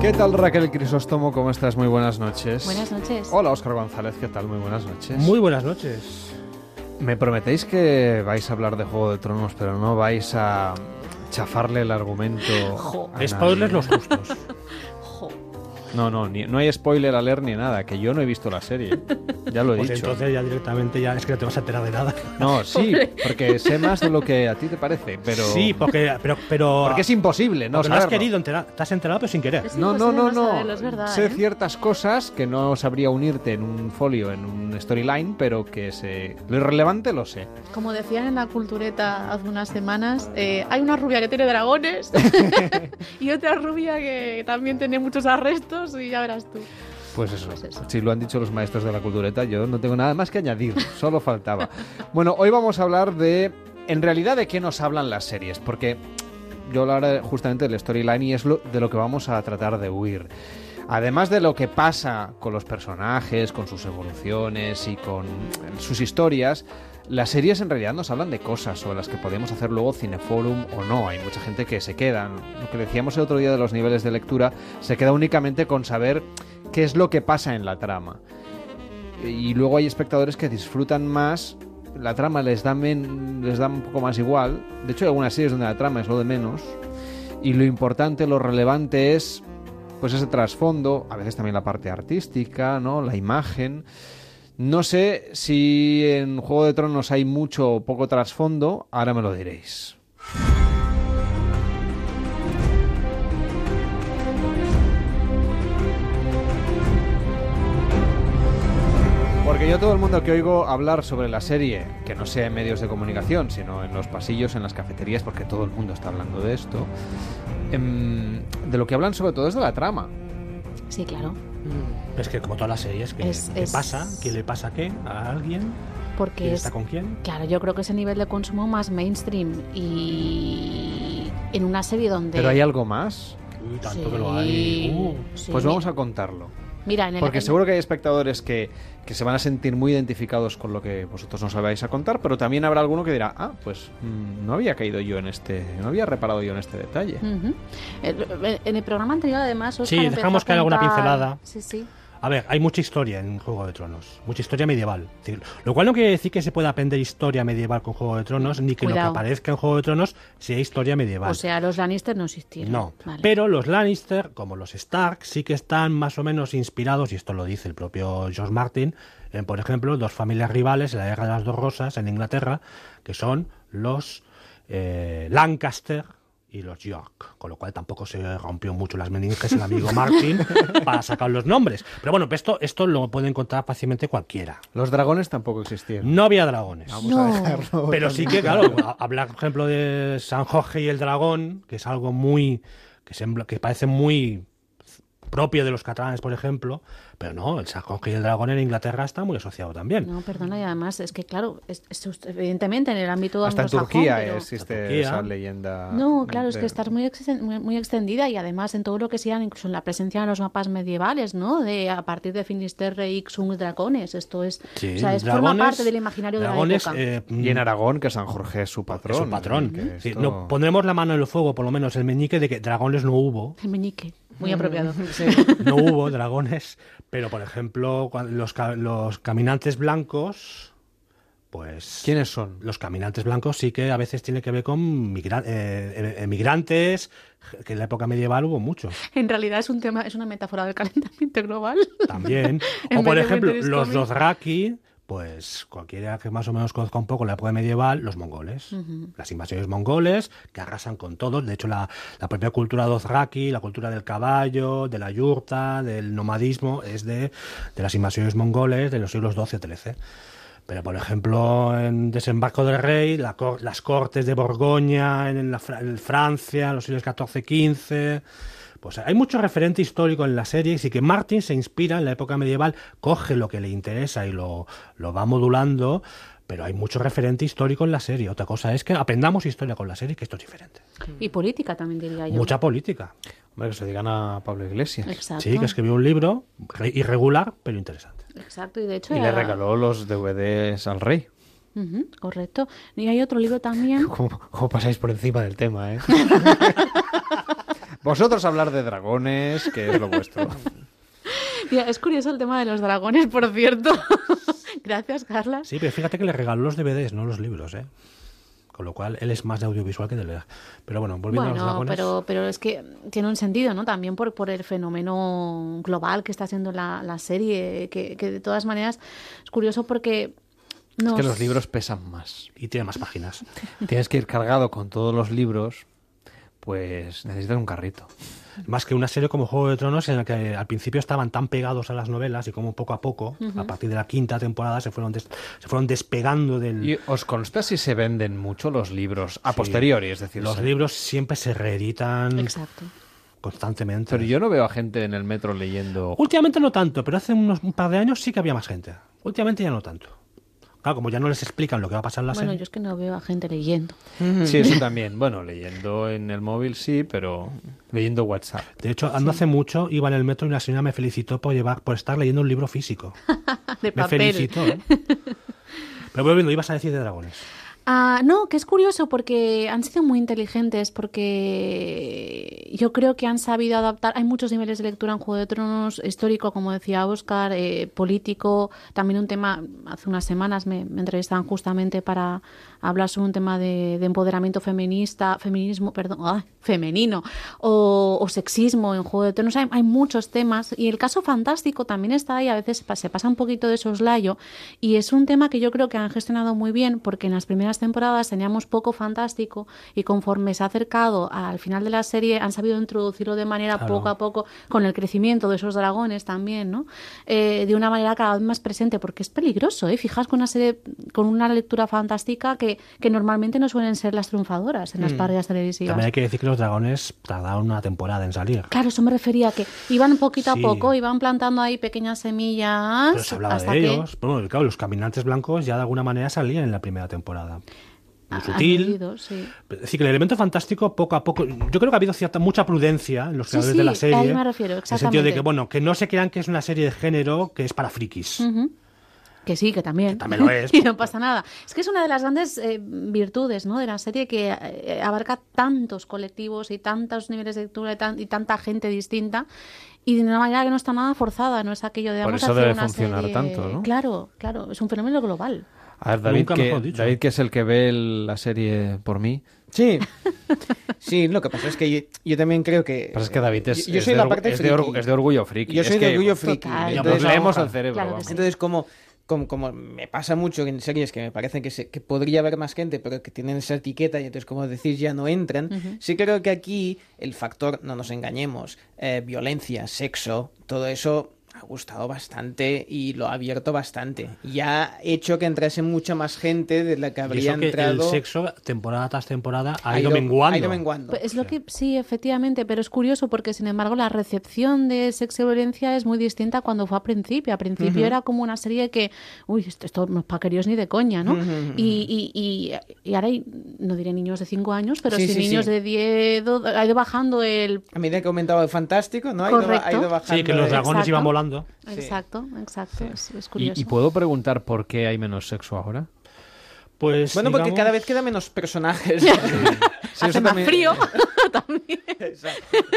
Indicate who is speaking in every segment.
Speaker 1: ¿Qué tal Raquel Crisóstomo? ¿Cómo estás? Muy buenas noches.
Speaker 2: Buenas noches.
Speaker 1: Hola Óscar González, ¿qué tal? Muy buenas noches.
Speaker 3: Muy buenas noches.
Speaker 1: Me prometéis que vais a hablar de Juego de Tronos, pero no vais a chafarle el argumento.
Speaker 3: Jo,
Speaker 1: a nadie.
Speaker 3: spoilers los justos.
Speaker 2: Jo.
Speaker 1: No, no, ni- no hay spoiler alert ni nada, que yo no he visto la serie. Ya lo he
Speaker 3: Pues
Speaker 1: dicho.
Speaker 3: entonces ya directamente ya es que no te vas a enterar de nada.
Speaker 1: No, sí, porque sé más de lo que a ti te parece, pero.
Speaker 3: Sí, porque pero pero
Speaker 1: Porque es imposible, ¿no?
Speaker 3: porque no has
Speaker 1: saberlo.
Speaker 3: querido enterar, te has enterado pero sin querer.
Speaker 2: Es
Speaker 1: No, no,
Speaker 2: imposible
Speaker 1: no, no.
Speaker 2: saberlo, es verdad,
Speaker 1: sé
Speaker 2: ¿eh?
Speaker 1: ciertas cosas que no sabría unirte en un folio, en un storyline, pero que se... lo irrelevante lo sé.
Speaker 2: Como decían en la cultureta hace unas semanas, eh, hay una rubia que tiene dragones y otra rubia que también tiene muchos arrestos y ya verás tú.
Speaker 1: Pues eso.
Speaker 2: Pues eso.
Speaker 1: Si lo han dicho los maestros de la cultureta, yo no tengo nada más que añadir, solo faltaba. Bueno, hoy vamos a hablar de, en realidad, de qué nos hablan las series, porque yo hablaré justamente del storyline y es lo, de lo que vamos a tratar de huir. Además de lo que pasa con los personajes, con sus evoluciones y con eh, sus historias, las series en realidad nos hablan de cosas sobre las que podemos hacer luego cineforum o no. Hay mucha gente que se queda. Lo que decíamos el otro día de los niveles de lectura, se queda únicamente con saber qué es lo que pasa en la trama. Y luego hay espectadores que disfrutan más, la trama les da, men- les da un poco más igual. De hecho, hay algunas series donde la trama es lo de menos. Y lo importante, lo relevante es pues ese trasfondo, a veces también la parte artística, ¿no? La imagen. No sé si en Juego de Tronos hay mucho o poco trasfondo, ahora me lo diréis. Porque yo todo el mundo que oigo hablar sobre la serie, que no sea en medios de comunicación, sino en los pasillos, en las cafeterías, porque todo el mundo está hablando de esto, em, de lo que hablan sobre todo es de la trama.
Speaker 2: Sí, claro.
Speaker 3: Es que como todas las series que
Speaker 2: Es-
Speaker 3: ¿qué
Speaker 2: es-
Speaker 3: pasa, quién le pasa qué a alguien, quién
Speaker 2: Porque es,
Speaker 3: está con quién.
Speaker 2: claro, yo creo que es el nivel de consumo más mainstream y en una serie donde...
Speaker 1: Pero hay algo más.
Speaker 3: Uy, tanto
Speaker 2: Sí,
Speaker 3: que lo hay. Uh,
Speaker 2: sí.
Speaker 1: Pues vamos a contarlo.
Speaker 2: Mira, en el...
Speaker 1: Porque
Speaker 2: en-
Speaker 1: seguro que hay espectadores que, que se van a sentir muy identificados con lo que vosotros nos vais a contar, pero también habrá alguno que dirá, ah, pues mm, no había caído yo en este, no había reparado yo en este detalle.
Speaker 2: Ujú. El- En el programa anterior, además, Óscar
Speaker 3: Sí,
Speaker 2: empezó
Speaker 3: dejamos
Speaker 2: a
Speaker 3: caer alguna
Speaker 2: contar-
Speaker 3: pincelada.
Speaker 2: Sí, sí.
Speaker 3: A ver, hay mucha historia en Juego de Tronos, mucha historia medieval. Es decir, Lo cual no quiere decir que se pueda aprender historia medieval con Juego de Tronos, ni que
Speaker 2: Cuidado.
Speaker 3: lo que aparezca en Juego de Tronos sea historia medieval.
Speaker 2: O sea, los Lannister no existieron.
Speaker 3: No,
Speaker 2: Vale.
Speaker 3: pero los Lannister, como los Stark, sí que están más o menos inspirados, y esto lo dice el propio George Martin, en, por ejemplo, dos familias rivales en la Guerra de las Dos Rosas en Inglaterra, que son los eh, Lancaster y los York, con lo cual tampoco se rompió mucho las meninges el amigo Martin para sacar los nombres. Pero bueno, pues esto, esto lo pueden contar fácilmente cualquiera.
Speaker 1: Los dragones tampoco existían.
Speaker 3: No había dragones.
Speaker 2: No.
Speaker 3: Pero sí que, claro, a- hablar, por ejemplo, de San Jorge y el dragón, que es algo muy. que, sembla- que parece muy propio de los catalanes, por ejemplo, pero no, el San Jorge y el dragón en Inglaterra está muy asociado también.
Speaker 2: No, perdona, y además es que, claro, es, es- evidentemente en el ámbito
Speaker 1: Hasta en
Speaker 2: anglosajón,
Speaker 1: Turquía Ah,
Speaker 2: pero-
Speaker 1: existe
Speaker 3: Turquía.
Speaker 1: esa leyenda.
Speaker 2: No, claro, es que
Speaker 1: de-
Speaker 2: está muy, exen- muy- muy extendida y además en todo lo que sea, incluso en la presencia de los mapas medievales, ¿no? De a partir de Finisterre y Xung Dragones, esto es, o sea, es- forma parte del imaginario
Speaker 3: dragones,
Speaker 2: de la época.
Speaker 3: eh,
Speaker 1: Y en Aragón, Mm. que San Jorge es su patrón.
Speaker 3: es un patrón.
Speaker 1: que
Speaker 3: Sí,
Speaker 1: esto-
Speaker 3: no, pondremos la mano en el fuego, por lo menos el meñique, de que dragones no hubo.
Speaker 2: El meñique,
Speaker 1: Mm,
Speaker 2: muy apropiado.
Speaker 3: no hubo dragones, pero por ejemplo, cua- los, ca- los caminantes blancos, pues.
Speaker 1: ¿Quiénes son?
Speaker 3: Los caminantes blancos sí que a veces tiene que ver con migra- eh, eh, emigrantes, que en la época medieval hubo muchos
Speaker 2: En realidad es un tema, es una metáfora del calentamiento global.
Speaker 3: también.
Speaker 2: En
Speaker 3: o por
Speaker 2: vez de
Speaker 3: ejemplo,
Speaker 2: Winter is
Speaker 3: los
Speaker 2: Coming.
Speaker 3: Dothraki, pues cualquiera que más o menos conozca un poco la época medieval, los mongoles. Las invasiones mongoles que arrasan con todos. De hecho, la, la propia cultura Dothraki, la cultura del caballo, de la yurta, del nomadismo, es de, de las invasiones mongoles de los siglos XII o XIII. Pero, por ejemplo, en Desembarco del Rey, la cor- las cortes de Borgoña, en, la Fra- en Francia, en los siglos XIV-XV. Pues hay mucho referente histórico en la serie, y sí que Martin se inspira en la época medieval, coge lo que le interesa y lo, lo va modulando, pero hay mucho referente histórico en la serie.
Speaker 1: Mm.
Speaker 3: Otra cosa es que aprendamos historia con la serie, que esto es diferente.
Speaker 2: Y política también diría yo.
Speaker 3: Mucha política.
Speaker 1: Hombre, que se lo digan a Pablo Iglesias.
Speaker 2: Exacto.
Speaker 3: Sí, que escribió un libro re- irregular, pero interesante.
Speaker 2: Exacto, y de hecho.
Speaker 1: Y le
Speaker 2: ya-
Speaker 1: regaló los DVDs al rey.
Speaker 2: Ujú, correcto. Y hay otro libro también.
Speaker 1: ¿Cómo, cómo pasáis por encima del tema, eh? Vosotros hablar de dragones, que es lo vuestro.
Speaker 2: Mira, es curioso el tema de los dragones, por cierto. Gracias, Carla.
Speaker 3: Sí, pero fíjate que le regaló los DVDs, no los libros, ¿eh? Con lo cual, él es más de audiovisual que de leer. Pero bueno, volviendo a los
Speaker 2: Bueno,
Speaker 3: dragones.
Speaker 2: pero, pero es que tiene un sentido, ¿no? También por, por el fenómeno global que está haciendo la, la serie, que, que de todas maneras es curioso porque...
Speaker 1: Es
Speaker 2: nos-
Speaker 1: que los libros pesan más.
Speaker 3: Y tiene más páginas.
Speaker 1: Tienes que ir cargado con todos los libros, pues necesitas un carrito.
Speaker 3: Más que una serie como Juego de Tronos en la que al principio estaban tan pegados a las novelas y como poco a poco, a partir de la quinta temporada, se fueron, des- se fueron despegando del...
Speaker 1: ¿Y os consta si se venden mucho los libros a posteriori? Es decir,
Speaker 3: Los
Speaker 1: se-
Speaker 3: libros siempre se reeditan
Speaker 2: Exacto.
Speaker 3: constantemente.
Speaker 1: Pero yo no veo a gente en el metro leyendo.
Speaker 3: Últimamente no tanto, pero hace unos un par de años sí que había más gente. Últimamente ya no tanto. Claro, como ya no les explican lo que va a pasar en la
Speaker 2: Bueno,
Speaker 3: serie.
Speaker 2: yo es que no veo a gente leyendo.
Speaker 1: Sí, eso también. Bueno, leyendo en el móvil sí, pero leyendo WhatsApp.
Speaker 3: De hecho, no hace mucho iba en el metro y una señora me felicitó por llevar, por estar leyendo un libro físico.
Speaker 2: De
Speaker 3: me
Speaker 2: papel.
Speaker 3: felicitó. ¿eh? Pero volviendo, ibas a decir de dragones.
Speaker 2: Ah, no, que es curioso porque han sido muy inteligentes porque yo creo que han sabido adaptar. Hay muchos niveles de lectura en Juego de Tronos, histórico, como decía Oscar, político, también un tema, hace unas semanas me, me entrevistaban justamente para hablar sobre un tema de, de empoderamiento feminista, feminismo, perdón, ¡ay! femenino, o, o sexismo en Juego de Tronos. Hay, hay muchos temas y el caso fantástico también está ahí, a veces pa- se pasa un poquito de soslayo y es un tema que yo creo que han gestionado muy bien porque en las primeras temporadas teníamos poco fantástico y conforme se ha acercado al final de la serie han sabido introducirlo de manera
Speaker 3: Claro.
Speaker 2: poco a poco con el crecimiento de esos dragones también, ¿no? Eh, de una manera cada vez más presente porque es peligroso, ¿eh? Fijaos con una serie, con una lectura fantástica que, que normalmente no suelen ser las triunfadoras en las parrillas televisivas.
Speaker 3: Mm. También hay que decir que los dragones tardaron una temporada en salir.
Speaker 2: Claro, eso me refería a que iban poquito
Speaker 3: Sí.
Speaker 2: a poco, iban plantando ahí pequeñas semillas
Speaker 3: Pero se hablaba
Speaker 2: hasta
Speaker 3: de
Speaker 2: que
Speaker 3: ellos. Bueno, claro, los caminantes blancos ya de alguna manera salían en la primera temporada. Muy
Speaker 2: ha- han
Speaker 3: sutil.
Speaker 2: ido, sí.
Speaker 3: Es decir, que el elemento fantástico poco a poco. Yo creo que ha habido cierta mucha prudencia en los
Speaker 2: Sí,
Speaker 3: creadores
Speaker 2: sí,
Speaker 3: de la serie.
Speaker 2: a ahí me refiero,
Speaker 3: En el sentido de que,
Speaker 2: exactamente.
Speaker 3: bueno, que no se crean que es una serie de género que es para frikis.
Speaker 2: Ujú. Que sí, que también.
Speaker 3: también lo es.
Speaker 2: y no pasa nada. Es que es una de las grandes eh, virtudes ¿no? de la serie que eh, abarca tantos colectivos y tantos niveles de lectura y, tan- y tanta gente distinta. Y de una manera que no está nada forzada, no es aquello de
Speaker 1: Por
Speaker 2: vamos
Speaker 1: eso
Speaker 2: a hacer
Speaker 1: debe
Speaker 2: una
Speaker 1: funcionar
Speaker 2: serie-
Speaker 1: tanto, ¿no?
Speaker 2: Claro, claro, es un fenómeno global.
Speaker 1: A ver, David,
Speaker 3: Nunca
Speaker 1: que,
Speaker 3: mejor dicho.
Speaker 1: David, que es el que ve el- la serie por mí.
Speaker 4: Sí. Sí, lo que pasa es que yo, yo también creo que.
Speaker 1: Pero es que David es,
Speaker 4: Yo, yo
Speaker 1: es
Speaker 4: soy
Speaker 1: de,
Speaker 4: la
Speaker 1: orgu-
Speaker 4: parte
Speaker 1: es de orgu-
Speaker 4: friki.
Speaker 1: es de orgullo friki.
Speaker 4: Yo
Speaker 1: Es
Speaker 4: soy de
Speaker 1: que
Speaker 4: orgullo friki.
Speaker 2: Total.
Speaker 1: nos
Speaker 4: Entonces,
Speaker 1: leemos
Speaker 3: vamos
Speaker 1: el
Speaker 3: a-
Speaker 1: cerebro.
Speaker 2: Claro que
Speaker 1: vamos.
Speaker 2: sí.
Speaker 4: Entonces, como, como, como me pasa mucho en series que me parecen que, se- que podría haber más gente, pero que tienen esa etiqueta y entonces, como decís, ya no entran, sí creo que aquí el factor, no nos engañemos, eh, violencia, sexo, todo eso ha gustado bastante y lo ha abierto bastante. Y ha hecho que entrase mucha más gente de la que
Speaker 3: Y
Speaker 4: habría
Speaker 3: eso que el
Speaker 4: entrado.
Speaker 3: sexo, temporada tras temporada, ha ido menguando.
Speaker 4: Ha ido menguando.
Speaker 2: Pues Es lo que sí, efectivamente, pero es curioso porque, sin embargo, la recepción de Sexo y Violencia es muy distinta cuando fue a principio. A principio era como una serie que, uy, esto, esto no es pa' queridos ni de coña, ¿no? y, y, y, y ahora, hay, no diré niños de 5 años, pero
Speaker 4: Sí,
Speaker 2: sí,
Speaker 4: sí,
Speaker 2: niños
Speaker 4: sí.
Speaker 2: de 10, do- ha ido bajando el.
Speaker 4: A medida que aumentaba el fantástico, ¿no? Ha ido, ha
Speaker 2: Correcto.
Speaker 4: ido bajando.
Speaker 3: Sí, que los
Speaker 4: de-
Speaker 3: dragones
Speaker 2: Exacto.
Speaker 3: iban volando.
Speaker 2: Exacto, exacto, es, es
Speaker 1: ¿Y,
Speaker 2: curioso.
Speaker 1: y puedo preguntar por qué hay menos sexo ahora?
Speaker 3: Pues.
Speaker 4: Bueno, porque
Speaker 3: digamos-
Speaker 4: cada vez queda menos personajes.
Speaker 1: Sí,
Speaker 2: Hace
Speaker 1: eso
Speaker 2: más
Speaker 1: también-
Speaker 2: frío.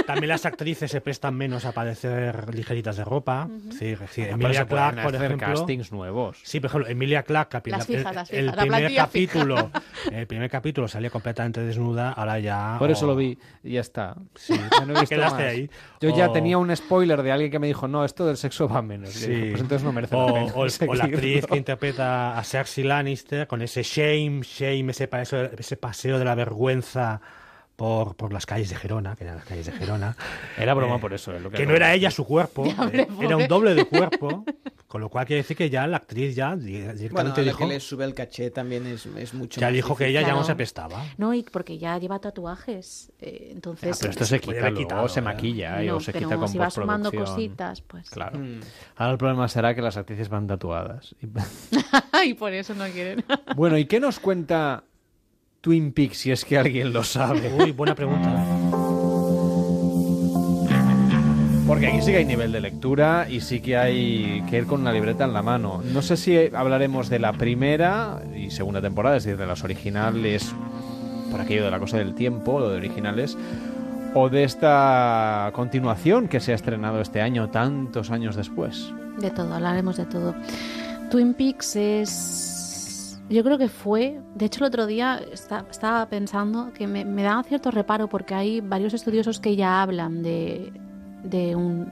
Speaker 3: También las actrices se prestan menos a padecer ligeritas de ropa. Sí, es decir,
Speaker 1: Pero
Speaker 3: Emilia
Speaker 1: se
Speaker 3: Clarke,
Speaker 1: pueden
Speaker 3: por
Speaker 1: hacer
Speaker 3: ejemplo.
Speaker 1: castings nuevos.
Speaker 3: Sí, por ejemplo, Emilia Clarke, capi-
Speaker 2: Las
Speaker 3: la-
Speaker 2: fijas,
Speaker 3: el-
Speaker 2: las
Speaker 3: el,
Speaker 2: fijas, la
Speaker 3: primer
Speaker 2: plantilla fija.
Speaker 3: capítulo, el primer capítulo salía completamente desnuda, ahora ya.
Speaker 1: Por eso
Speaker 3: o-
Speaker 1: lo vi y ya está. Ya no he visto
Speaker 3: quedaste
Speaker 1: más.
Speaker 3: ahí.
Speaker 1: Yo ya
Speaker 3: O-
Speaker 1: tenía un spoiler de alguien que me dijo, no, esto del sexo va menos. Y
Speaker 3: Sí.
Speaker 1: dije, pues entonces no merece
Speaker 3: o,
Speaker 1: la pena.
Speaker 3: o- o la actriz que
Speaker 1: seguirlo".
Speaker 3: interpreta a Cersei Lannister con ese shame, shame, ese, pa- eso- ese paseo de la vergüenza por, por las calles de Gerona, que eran las calles de Gerona.
Speaker 1: Era broma
Speaker 3: Eh,
Speaker 1: por eso. es lo que,
Speaker 3: que no era ella su cuerpo,
Speaker 2: hombre,
Speaker 3: eh, era un
Speaker 2: pobre.
Speaker 3: doble de cuerpo, con lo cual quiere decir que ya la actriz ya di-
Speaker 4: Bueno,
Speaker 3: directamente
Speaker 4: la que
Speaker 3: dijo,
Speaker 4: le sube el caché también es, es mucho
Speaker 3: ya
Speaker 4: más
Speaker 3: dijo que
Speaker 4: difícil.
Speaker 3: ella ya
Speaker 2: Claro.
Speaker 3: no se apestaba.
Speaker 2: No, y porque ya lleva tatuajes, eh, entonces.
Speaker 1: Ah, Pero esto se
Speaker 3: podía
Speaker 1: quita
Speaker 3: haber
Speaker 1: luego,
Speaker 3: quitado,
Speaker 1: se
Speaker 3: ¿verdad?
Speaker 1: maquilla eh,
Speaker 2: no,
Speaker 1: o se
Speaker 2: pero
Speaker 1: quita con
Speaker 2: si vas sumando
Speaker 1: postproducción.
Speaker 2: cositas, pues.
Speaker 1: Claro. Ahora el problema será que las actrices van tatuadas. Y-
Speaker 2: y por eso no quieren.
Speaker 1: bueno, ¿y qué nos cuenta Twin Peaks si es que alguien lo sabe?
Speaker 3: Uy, buena pregunta.
Speaker 1: Porque aquí sí que hay nivel de lectura y sí que hay que ir con una libreta en la mano. No sé si hablaremos de la primera y segunda temporada, es decir, de las originales, por aquello de la cosa del tiempo, lo de originales, o de esta continuación que se ha estrenado este año, tantos años después.
Speaker 2: De todo, hablaremos de todo. Twin Peaks es... Yo creo que fue, de hecho el otro día esta- estaba pensando que me, me da cierto reparo porque hay varios estudiosos que ya hablan de, de un...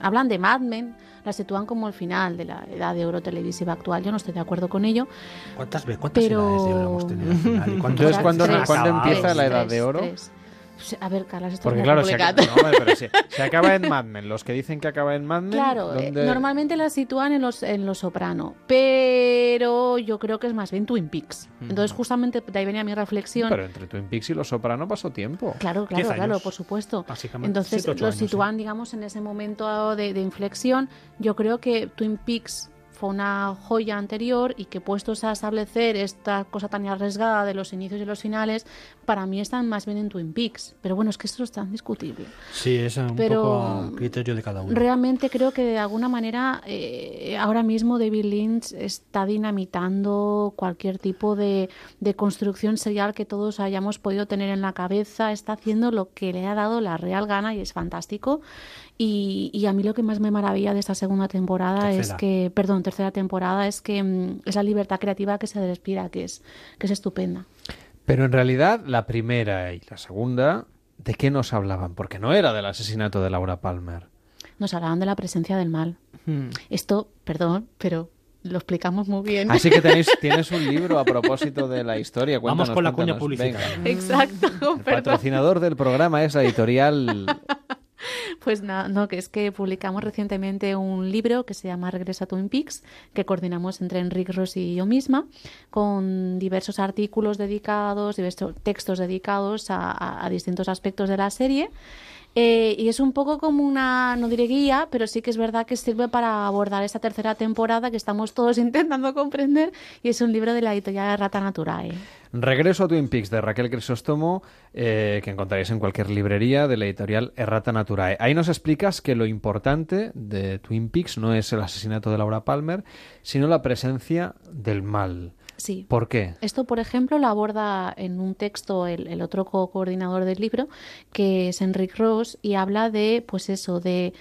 Speaker 2: Hablan de Mad Men, la sitúan como el final de la edad de oro televisiva actual, yo no estoy de acuerdo con ello.
Speaker 3: ¿Cuántas, ve- cuántas
Speaker 2: Pero-
Speaker 3: edades de oro hemos tenido al final? ¿Y cuántos
Speaker 1: Entonces,
Speaker 2: O sea,
Speaker 1: ¿cuándo-
Speaker 2: tres,
Speaker 1: cuándo
Speaker 2: tres,
Speaker 1: empieza la
Speaker 2: tres,
Speaker 1: Edad de Oro?
Speaker 2: tres. Pues, A ver, Carlas, esto
Speaker 1: Porque
Speaker 2: es muy
Speaker 1: claro, se,
Speaker 2: complicado.
Speaker 1: acaba- no, hombre, pero sí, se acaba en Mad Men. Los que dicen que acaba en Mad Men...
Speaker 2: Claro, eh,
Speaker 1: ¿dónde-
Speaker 2: normalmente la sitúan en los, en los soprano, pero yo creo que es más bien Twin Peaks. Entonces, justamente de ahí venía mi reflexión.
Speaker 1: Pero entre Twin Peaks y Los Soprano pasó tiempo.
Speaker 2: Claro,
Speaker 3: Diez
Speaker 2: claro, claro,
Speaker 3: años,
Speaker 2: por supuesto.
Speaker 3: básicamente.
Speaker 2: Entonces
Speaker 3: Siete, ocho
Speaker 2: los
Speaker 3: años, ¿eh?
Speaker 2: sitúan, digamos, en ese momento de, de inflexión. Yo creo que Twin Peaks fue una joya anterior y que puestos a establecer esta cosa tan arriesgada de los inicios y los finales, para mí están más bien en Twin Peaks. Pero bueno, es que esto es tan discutible.
Speaker 3: Sí, es un
Speaker 2: Pero-
Speaker 3: poco a criterio de cada uno.
Speaker 2: Realmente creo que de alguna manera eh, ahora mismo David Lynch está dinamitando cualquier tipo de, de construcción serial que todos hayamos podido tener en la cabeza. Está haciendo lo que le ha dado la real gana y es fantástico. Y, y a mí lo que más me maravilla de esta segunda temporada es
Speaker 3: Tercera.
Speaker 2: que, perdón, tercera temporada es que mm, es la libertad creativa que se respira, que es, que es estupenda.
Speaker 1: Pero en realidad, la primera y la segunda, ¿de qué nos hablaban? Porque no era del asesinato de Laura Palmer.
Speaker 2: Nos hablaban de la presencia del mal.
Speaker 4: Hmm.
Speaker 2: Esto, perdón, pero lo explicamos muy bien.
Speaker 1: Así que tenéis, tienes un libro a propósito de la historia.
Speaker 3: Vamos
Speaker 1: Cuéntanos,
Speaker 3: con la cuña
Speaker 1: cuéntanos.
Speaker 3: publicitaria.
Speaker 1: Venga.
Speaker 2: Exacto,
Speaker 1: El
Speaker 2: perdón.
Speaker 1: patrocinador del programa es la editorial.
Speaker 2: Pues nada, no, que es que publicamos recientemente un libro que se llama Regresa a Twin Peaks, que coordinamos entre Enrique Ross y yo misma, con diversos artículos dedicados, diversos textos dedicados a, a- a distintos aspectos de la serie. Eh, y es un poco como una, no diré guía, pero sí que es verdad que sirve para abordar esta tercera temporada que estamos todos intentando comprender y es un libro de la editorial Rata Naturae.
Speaker 1: Regreso a Twin Peaks de Raquel Crisóstomo, eh, que encontraréis en cualquier librería de la editorial Errata Naturae. Ahí nos explicas que lo importante de Twin Peaks no es el asesinato de Laura Palmer, sino la presencia del mal.
Speaker 2: Sí.
Speaker 1: ¿Por qué?
Speaker 2: Esto, por ejemplo, lo aborda en un texto el, el otro co- coordinador del libro, que es Enric Ross, y habla de, pues eso, de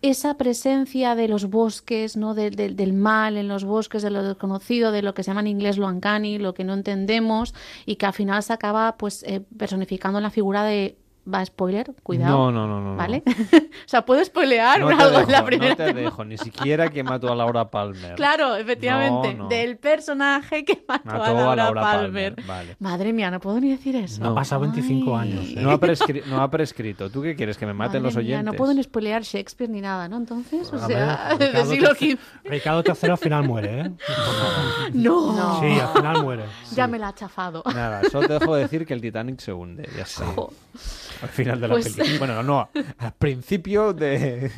Speaker 2: esa presencia de los bosques, ¿no? De- de- del mal en los bosques, de lo desconocido, de lo que se llama en inglés lo uncanny, lo que no entendemos, y que al final se acaba, pues, eh, personificando en la figura de... ¿Va spoiler? Cuidado.
Speaker 1: No, no, no, no, no.
Speaker 2: ¿Vale? o sea, puedo spoilear
Speaker 1: No te
Speaker 2: algo en
Speaker 1: dejo,
Speaker 2: la primera
Speaker 1: no te dejo, ni siquiera que mató a Laura Palmer.
Speaker 2: Claro, efectivamente.
Speaker 1: No, no.
Speaker 2: Del personaje que mató,
Speaker 1: Mató
Speaker 2: a Laura, Palmer.
Speaker 1: Palmer, vale.
Speaker 2: Madre mía, no puedo ni decir eso.
Speaker 1: No.
Speaker 3: Ha pasado 25
Speaker 2: Ay.
Speaker 3: años. ¿eh?
Speaker 1: No ha, prescri- no ha prescrito. ¿Tú qué quieres? ¿Que me maten
Speaker 2: Madre
Speaker 1: los
Speaker 2: mía,
Speaker 1: oyentes?
Speaker 2: no puedo ni spoilear Shakespeare ni nada, ¿no? Entonces, o
Speaker 3: A
Speaker 2: sea,
Speaker 3: ver,
Speaker 2: del
Speaker 3: Ricardo
Speaker 2: siglo
Speaker 3: III
Speaker 2: XV.
Speaker 3: Ricardo III al final muere, ¿eh?
Speaker 2: No,
Speaker 3: Sí, al final muere.
Speaker 2: ya me la ha chafado.
Speaker 1: Nada, solo te dejo decir que el Titanic se hunde. Ya está.
Speaker 2: Jo.
Speaker 1: Al final de la
Speaker 2: Pues-
Speaker 1: película. Bueno, no, al principio de,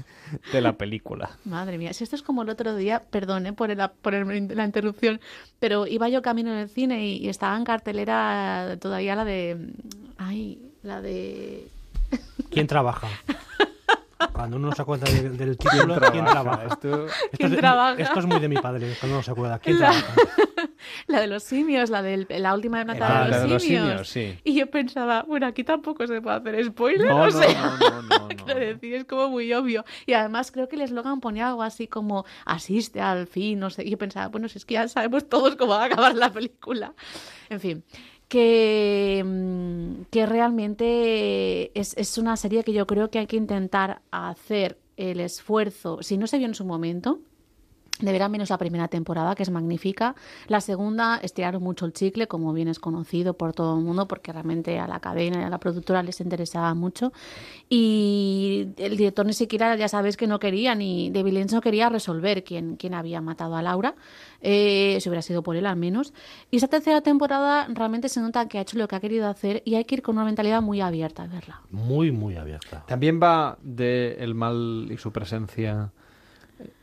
Speaker 1: de la película.
Speaker 2: Madre mía, si esto es como el otro día, perdón eh, por, el- por el- la interrupción, pero iba yo camino en el cine y, y estaba en cartelera todavía la de... Ay, la de...
Speaker 3: ¿Quién trabaja? Cuando uno no se acuerda de- del título, ¿quién trabaja?
Speaker 1: Esto-
Speaker 3: Esto,
Speaker 2: ¿Quién
Speaker 3: es,
Speaker 2: trabaja?
Speaker 3: esto es muy de mi padre, cuando no se acuerda. ¿Quién
Speaker 2: La-
Speaker 3: trabaja?
Speaker 2: La de los simios, la de la última de
Speaker 1: Ah,
Speaker 2: planta de,
Speaker 1: la de los
Speaker 2: los
Speaker 1: simios,
Speaker 2: simios.
Speaker 1: sí.
Speaker 2: Y yo pensaba, bueno, aquí tampoco se puede hacer spoiler,
Speaker 1: No,
Speaker 2: o
Speaker 1: no,
Speaker 2: sea,
Speaker 1: no, no, no, no.
Speaker 2: quiero decir, es como muy obvio. Y además creo que el eslogan ponía algo así como, asiste al fin, no sé. Y yo pensaba, bueno, si es que ya sabemos todos cómo va a acabar la película. En fin. Que, mm, que realmente es, es una serie que yo creo que hay que intentar hacer el esfuerzo, si no se vio en su momento, de ver al menos la primera temporada, que es magnífica. La segunda estiraron mucho el chicle, como bien es conocido por todo el mundo, porque realmente a la cadena y a la productora les interesaba mucho. Y el director ni siquiera, ya sabéis que no quería, ni David Lynch no quería resolver quién, quién había matado a Laura, eh, si hubiera sido por él al menos. Y esta tercera temporada realmente se nota que ha hecho lo que ha querido hacer y hay que ir con una mentalidad muy abierta a verla.
Speaker 3: Muy, muy abierta.
Speaker 1: También va de el mal y su presencia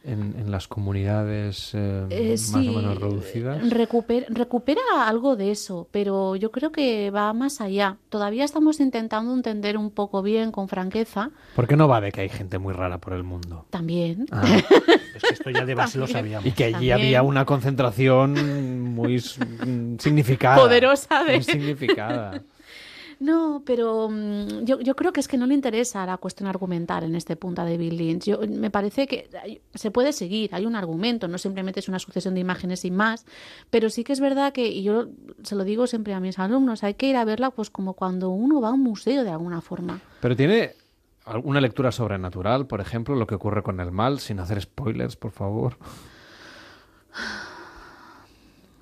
Speaker 1: en, en las comunidades eh,
Speaker 2: Eh,
Speaker 1: más
Speaker 2: sí,
Speaker 1: o menos reducidas.
Speaker 2: recuper- recupera algo de eso, pero yo creo que va más allá. Todavía estamos intentando entender un poco bien, con franqueza,
Speaker 1: ¿Por qué no va de que hay gente muy rara por el mundo?
Speaker 2: también.
Speaker 1: Ah,
Speaker 3: Es que esto ya de base lo sabíamos.
Speaker 1: y que allí
Speaker 2: También.
Speaker 1: había una concentración muy s- mm, significada.
Speaker 2: Poderosa de-
Speaker 1: Muy significada.
Speaker 2: No, pero mm, yo, yo creo que es que no le interesa la cuestión argumental en este punto de Bill Lynch. Yo, me parece que hay- se puede seguir, hay un argumento, no simplemente es una sucesión de imágenes sin más, pero sí que es verdad que, y yo se lo digo siempre a mis alumnos, hay que ir a verla pues como cuando uno va a un museo de alguna forma.
Speaker 1: Pero tiene alguna lectura sobrenatural, por ejemplo, lo que ocurre con el mal, sin hacer spoilers, por favor.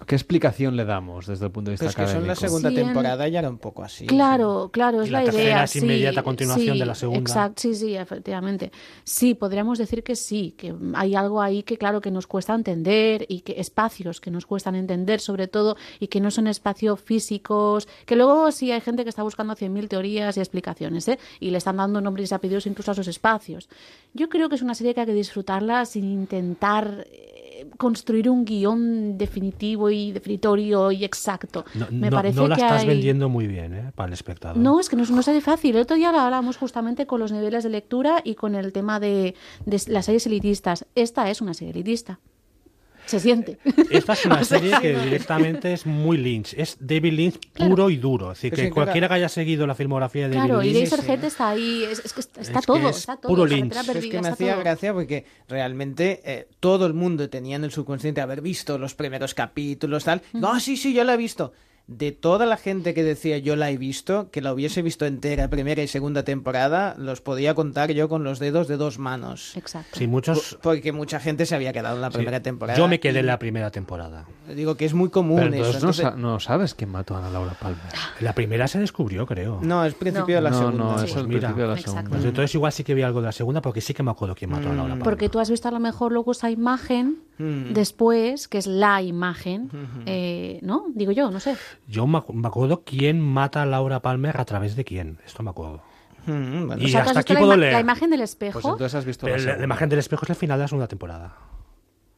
Speaker 1: ¿Qué explicación le damos desde el punto de vista
Speaker 4: Pues que son la
Speaker 1: académico?
Speaker 4: segunda
Speaker 2: Sí, en-
Speaker 4: temporada ya era un poco así.
Speaker 2: Claro, claro, es
Speaker 3: Y la
Speaker 2: la,
Speaker 3: tercera
Speaker 2: idea.
Speaker 3: es inmediata
Speaker 2: sí,
Speaker 3: continuación
Speaker 2: sí,
Speaker 3: de la segunda.
Speaker 2: Exacto, sí, sí, efectivamente. Sí, podríamos decir que sí, que hay algo ahí que claro que nos cuesta entender y que espacios que nos cuestan entender sobre todo y que no son espacios físicos, que luego sí hay gente que está buscando 100.000 teorías y explicaciones ¿eh? y le están dando nombres y apellidos incluso a esos espacios. Yo creo que es una serie que hay que disfrutarla sin intentar eh, construir un guión definitivo y definitorio y exacto.
Speaker 3: No,
Speaker 2: Me
Speaker 3: no-
Speaker 2: parece
Speaker 3: no la
Speaker 2: que
Speaker 3: estás
Speaker 2: hay...
Speaker 3: vendiendo muy bien ¿eh? para el espectador.
Speaker 2: No, es que no, es- no sale fácil. El otro día lo hablamos justamente con los niveles de lectura y con el tema de, de las series elitistas. Esta es una serie elitista. Se siente.
Speaker 3: Esta es una
Speaker 2: O sea,
Speaker 3: serie
Speaker 2: sí,
Speaker 3: que
Speaker 2: no.
Speaker 3: directamente es muy Lynch. Es David Lynch puro y duro. Es decir,
Speaker 4: Pero
Speaker 3: que
Speaker 4: sí, claro.
Speaker 3: cualquiera que haya seguido la filmografía de
Speaker 2: Claro, y
Speaker 3: David Lynch.
Speaker 2: Razorhead está ahí. Es, es que está, está
Speaker 3: Es que
Speaker 2: todo,
Speaker 3: es
Speaker 2: está todo.
Speaker 3: puro
Speaker 2: Carretera
Speaker 3: Lynch. Es
Speaker 4: Pero es
Speaker 2: Perdida,
Speaker 4: que me
Speaker 2: está
Speaker 4: hacía
Speaker 2: todo.
Speaker 4: gracia porque realmente eh, todo el mundo tenía en el subconsciente haber visto los primeros capítulos, tal. No, sí, sí, yo la he visto. De toda la gente que decía yo la he visto, que la hubiese visto entera, primera y segunda temporada, los podía contar yo con los dedos de dos manos.
Speaker 2: Exacto.
Speaker 3: Sí, muchos.
Speaker 4: Porque mucha gente se había quedado en la
Speaker 3: sí.
Speaker 4: primera temporada.
Speaker 3: Yo me quedé en
Speaker 4: y
Speaker 3: la primera temporada.
Speaker 4: Digo que es muy común
Speaker 1: Pero
Speaker 4: eso.
Speaker 1: entonces no,
Speaker 4: entonces-
Speaker 1: sa- no sabes quién mató a Ana Laura Palmer.
Speaker 3: La primera se descubrió, creo.
Speaker 4: No, es principio de la
Speaker 1: no,
Speaker 4: segunda. Mm,
Speaker 1: no,
Speaker 4: Sí.
Speaker 1: es el
Speaker 3: Mira.
Speaker 1: principio de la
Speaker 2: Exacto.
Speaker 1: segunda.
Speaker 3: Pues entonces igual sí que vi algo de la segunda porque sí que me acuerdo quién mató a Laura Palmer.
Speaker 2: Mm, Porque tú has visto a lo mejor luego esa imagen
Speaker 4: Mm.
Speaker 2: después, que es la imagen, eh, ¿no? Digo yo, no sé.
Speaker 3: Yo me, acu- me acuerdo quién mata a Laura Palmer a través de quién. Esto me acuerdo.
Speaker 4: Mm, bueno.
Speaker 3: Y
Speaker 2: O sea, tú
Speaker 3: hasta
Speaker 2: has visto
Speaker 3: aquí
Speaker 2: la,
Speaker 3: puedo
Speaker 2: ima-
Speaker 3: leer.
Speaker 2: la imagen del espejo.
Speaker 1: Pues entonces has visto
Speaker 3: Pero
Speaker 1: la
Speaker 3: la, la
Speaker 1: segunda.
Speaker 3: imagen del espejo es el final de la segunda temporada.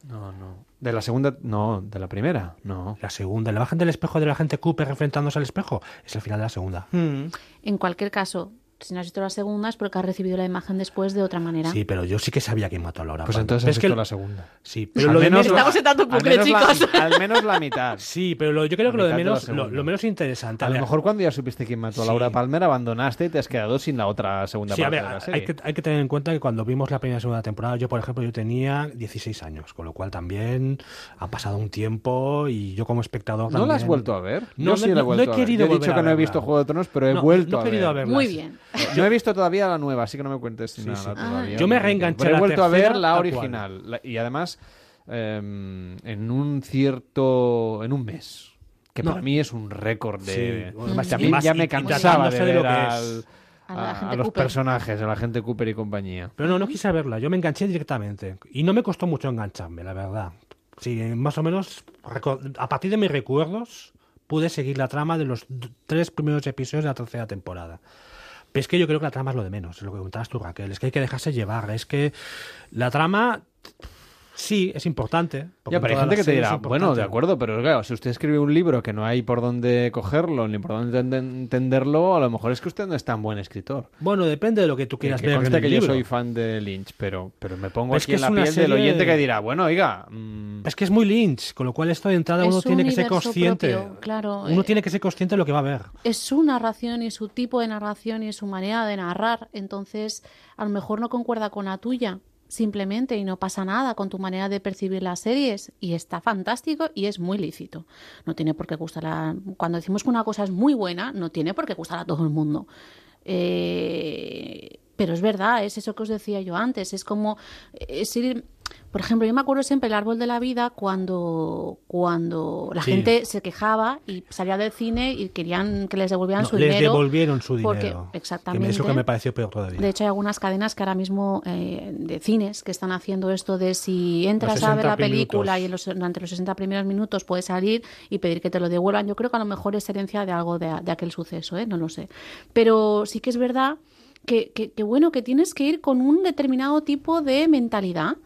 Speaker 1: No, no. De la segunda, no, de la primera, no.
Speaker 3: La segunda, la imagen del espejo de la gente Cooper enfrentándose al espejo es el final de la segunda.
Speaker 4: Mm.
Speaker 2: En cualquier caso, si no has visto la segunda es porque has recibido la imagen después de otra manera.
Speaker 3: Sí, pero yo sí que sabía quién mató a Laura
Speaker 1: Pues
Speaker 3: Palmer.
Speaker 1: entonces
Speaker 3: Pero
Speaker 1: has
Speaker 3: es que
Speaker 1: visto
Speaker 3: el-
Speaker 1: la segunda.
Speaker 3: Sí, pero
Speaker 1: Al
Speaker 3: lo de
Speaker 1: menos
Speaker 3: menos...
Speaker 1: la-
Speaker 2: Estamos en tanto
Speaker 1: al
Speaker 2: bucle,
Speaker 1: menos la-
Speaker 2: chicos.
Speaker 1: al menos la mitad.
Speaker 3: Sí, pero lo- yo creo que
Speaker 1: La
Speaker 3: lo de
Speaker 1: mitad de la
Speaker 3: menos, lo,
Speaker 1: segunda.
Speaker 3: lo menos interesante.
Speaker 1: A lo
Speaker 3: ver,
Speaker 1: mejor cuando ya supiste quién mató a Laura
Speaker 3: Sí.
Speaker 1: Palmer, abandonaste y te has quedado sin la otra segunda
Speaker 3: Sí, a
Speaker 1: parte
Speaker 3: ver,
Speaker 1: de la serie.
Speaker 3: hay que, hay que tener en cuenta que cuando vimos la primera y segunda temporada, yo, por ejemplo, yo tenía 16 años, con lo cual también ha pasado un tiempo y yo como espectador
Speaker 1: ¿No la has
Speaker 3: también-
Speaker 1: vuelto a ver?
Speaker 3: No,
Speaker 1: Yo
Speaker 3: no,
Speaker 1: sí la
Speaker 3: no,
Speaker 1: he
Speaker 3: no
Speaker 1: vuelto
Speaker 3: he
Speaker 1: a ver.
Speaker 3: querido
Speaker 1: Yo he dicho
Speaker 3: volver
Speaker 1: que
Speaker 3: a
Speaker 1: no he
Speaker 3: verla.
Speaker 1: visto Juego de Tronos, pero he
Speaker 3: No,
Speaker 1: vuelto
Speaker 3: no he
Speaker 1: a
Speaker 3: querido
Speaker 1: ver.
Speaker 3: verla,
Speaker 2: Muy
Speaker 3: sí.
Speaker 2: bien.
Speaker 1: No he visto todavía la nueva, así que no me cuentes nada
Speaker 3: sí.
Speaker 1: todavía.
Speaker 3: Yo me
Speaker 1: No,
Speaker 3: reenganché
Speaker 1: pero
Speaker 3: a
Speaker 1: He
Speaker 3: la
Speaker 1: vuelto a ver
Speaker 3: tercera,
Speaker 1: la
Speaker 3: tal
Speaker 1: original. La- y además, eh, en un cierto... en un mes. Que
Speaker 3: No.
Speaker 1: para mí es un récord de...
Speaker 3: Sí, bueno, más-
Speaker 1: que a mí
Speaker 3: más
Speaker 1: ya me
Speaker 3: y-
Speaker 1: cansaba
Speaker 3: tratándose
Speaker 1: de
Speaker 3: de lo
Speaker 1: ver
Speaker 3: que es.
Speaker 1: al-
Speaker 2: A la
Speaker 1: a-
Speaker 2: gente
Speaker 1: a los
Speaker 2: Cooper.
Speaker 1: personajes, a la gente Cooper y compañía.
Speaker 3: Pero no, no quise verla, yo me enganché directamente. Y no me costó mucho engancharme, la verdad. Sí, más o menos, reco- a partir de mis recuerdos, pude seguir la trama de los d- tres primeros episodios de la tercera temporada. Pero es que yo creo que la trama es lo de menos, es lo que contabas tú, Raquel. Es que hay que dejarse llevar. Es que la trama, sí, es importante. porque
Speaker 1: Ya, pero hay
Speaker 3: en todas
Speaker 1: gente que
Speaker 3: las
Speaker 1: te
Speaker 3: series
Speaker 1: dirá,
Speaker 3: es
Speaker 1: bueno, de
Speaker 3: importante.
Speaker 1: acuerdo, pero claro, si usted escribe un libro que no hay por dónde cogerlo ni por dónde enten- entenderlo, a lo mejor es que usted no es tan buen escritor.
Speaker 3: Bueno, depende de lo que tú
Speaker 1: Que,
Speaker 3: quieras
Speaker 1: que
Speaker 3: ver. en
Speaker 1: conste
Speaker 3: el
Speaker 1: que yo
Speaker 3: libro.
Speaker 1: soy fan de Lynch, pero, pero me pongo
Speaker 3: Pero es
Speaker 1: aquí
Speaker 3: que
Speaker 1: en la
Speaker 3: es una
Speaker 1: piel del
Speaker 3: serie- Pues
Speaker 1: oyente que dirá, bueno, oiga, mm,
Speaker 3: Es que es muy Lynch, con lo cual esto de entrada
Speaker 2: Es
Speaker 3: uno
Speaker 2: su
Speaker 3: tiene que ser
Speaker 2: universo
Speaker 3: consciente.
Speaker 2: propio, claro,
Speaker 3: uno
Speaker 2: eh.
Speaker 3: tiene que ser consciente de lo que va a ver.
Speaker 2: Es su narración y su tipo de narración y su manera de narrar. Entonces, a lo mejor no concuerda con la tuya, simplemente, y no pasa nada con tu manera de percibir las series. Y está fantástico y es muy lícito. No tiene por qué gustar a... Cuando decimos que una cosa es muy buena, no tiene por qué gustar a todo el mundo. Eh, pero es verdad, es eso que os decía yo antes. Es como es ir- Por ejemplo, yo me acuerdo siempre el árbol de la vida cuando, cuando la
Speaker 3: Sí.
Speaker 2: gente se quejaba y salía del cine y querían que les devolvieran
Speaker 3: No,
Speaker 2: su
Speaker 3: les
Speaker 2: dinero.
Speaker 3: devolvieron su dinero.
Speaker 2: porque-
Speaker 3: Que me-
Speaker 2: exactamente.
Speaker 3: Eso que me pareció peor todavía.
Speaker 2: De hecho, hay algunas cadenas que ahora mismo eh, de cines que están haciendo esto de si entras a ver
Speaker 3: 60
Speaker 2: la película
Speaker 3: minutos.
Speaker 2: y en los- durante los 60 primeros minutos puedes salir y pedir que te lo devuelvan. Yo creo que a lo mejor es herencia de algo de, a- de aquel suceso, ¿eh? no lo sé. Pero sí que es verdad que, que- que, bueno, que tienes que ir con un determinado tipo de mentalidad.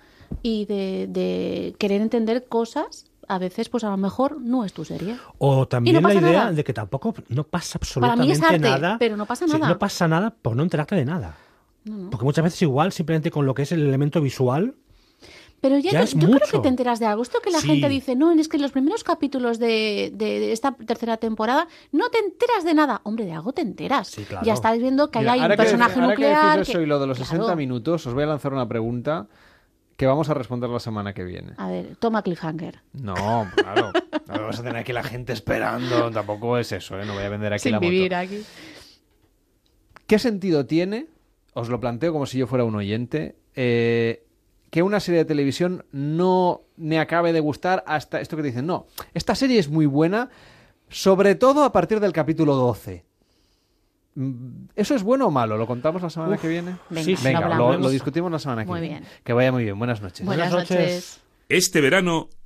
Speaker 2: y de, de querer entender cosas a veces, pues a lo mejor no es tu serie.
Speaker 3: O también
Speaker 2: no
Speaker 3: la
Speaker 2: pasa
Speaker 3: idea
Speaker 2: nada.
Speaker 3: de que tampoco no pasa
Speaker 2: Para mí
Speaker 3: absolutamente
Speaker 2: es arte,
Speaker 3: nada.
Speaker 2: pero no pasa
Speaker 3: Sí,
Speaker 2: nada.
Speaker 3: no pasa nada por no enterarte de nada. Porque muchas veces igual, simplemente con lo que es el elemento visual,
Speaker 2: Pero ya,
Speaker 3: Ya
Speaker 2: no-
Speaker 3: es
Speaker 2: yo creo que
Speaker 3: mucho.
Speaker 2: te enteras de algo. Esto que la
Speaker 3: Sí.
Speaker 2: gente dice, no, es que en los primeros capítulos de, de- de esta tercera temporada no te enteras de nada. Hombre, de algo te enteras.
Speaker 3: Sí, claro.
Speaker 2: Ya estás viendo que ahí
Speaker 1: Mira,
Speaker 2: hay
Speaker 1: ahora
Speaker 2: un personaje
Speaker 1: que, ahora que
Speaker 2: nuclear.
Speaker 1: decís eso
Speaker 2: que-
Speaker 1: y lo de los
Speaker 2: Claro.
Speaker 1: 60 minutos, os voy a lanzar una pregunta que vamos a responder la semana que viene.
Speaker 2: A ver, toma cliffhanger.
Speaker 1: No, claro. No vas a tener aquí la gente esperando. Tampoco es eso, ¿eh? No voy a vender aquí la moto.
Speaker 2: aquí.
Speaker 1: ¿Qué sentido tiene? Os lo planteo como si yo fuera un oyente. eh, que una serie de televisión no me acabe de gustar hasta esto que te dicen. No, esta serie es muy buena, sobre todo a partir del capítulo 12. Mm, ¿Eso es bueno o malo? ¿Lo contamos la semana que viene?
Speaker 2: venga,
Speaker 3: Sí,
Speaker 2: lo
Speaker 1: Venga, lo,
Speaker 2: hablamos.
Speaker 1: lo discutimos la semana que
Speaker 2: Muy
Speaker 1: viene.
Speaker 2: bien.
Speaker 1: Que vaya muy bien. Buenas noches.
Speaker 2: Buenas
Speaker 3: Buenas noches.
Speaker 2: noches.
Speaker 5: Este verano,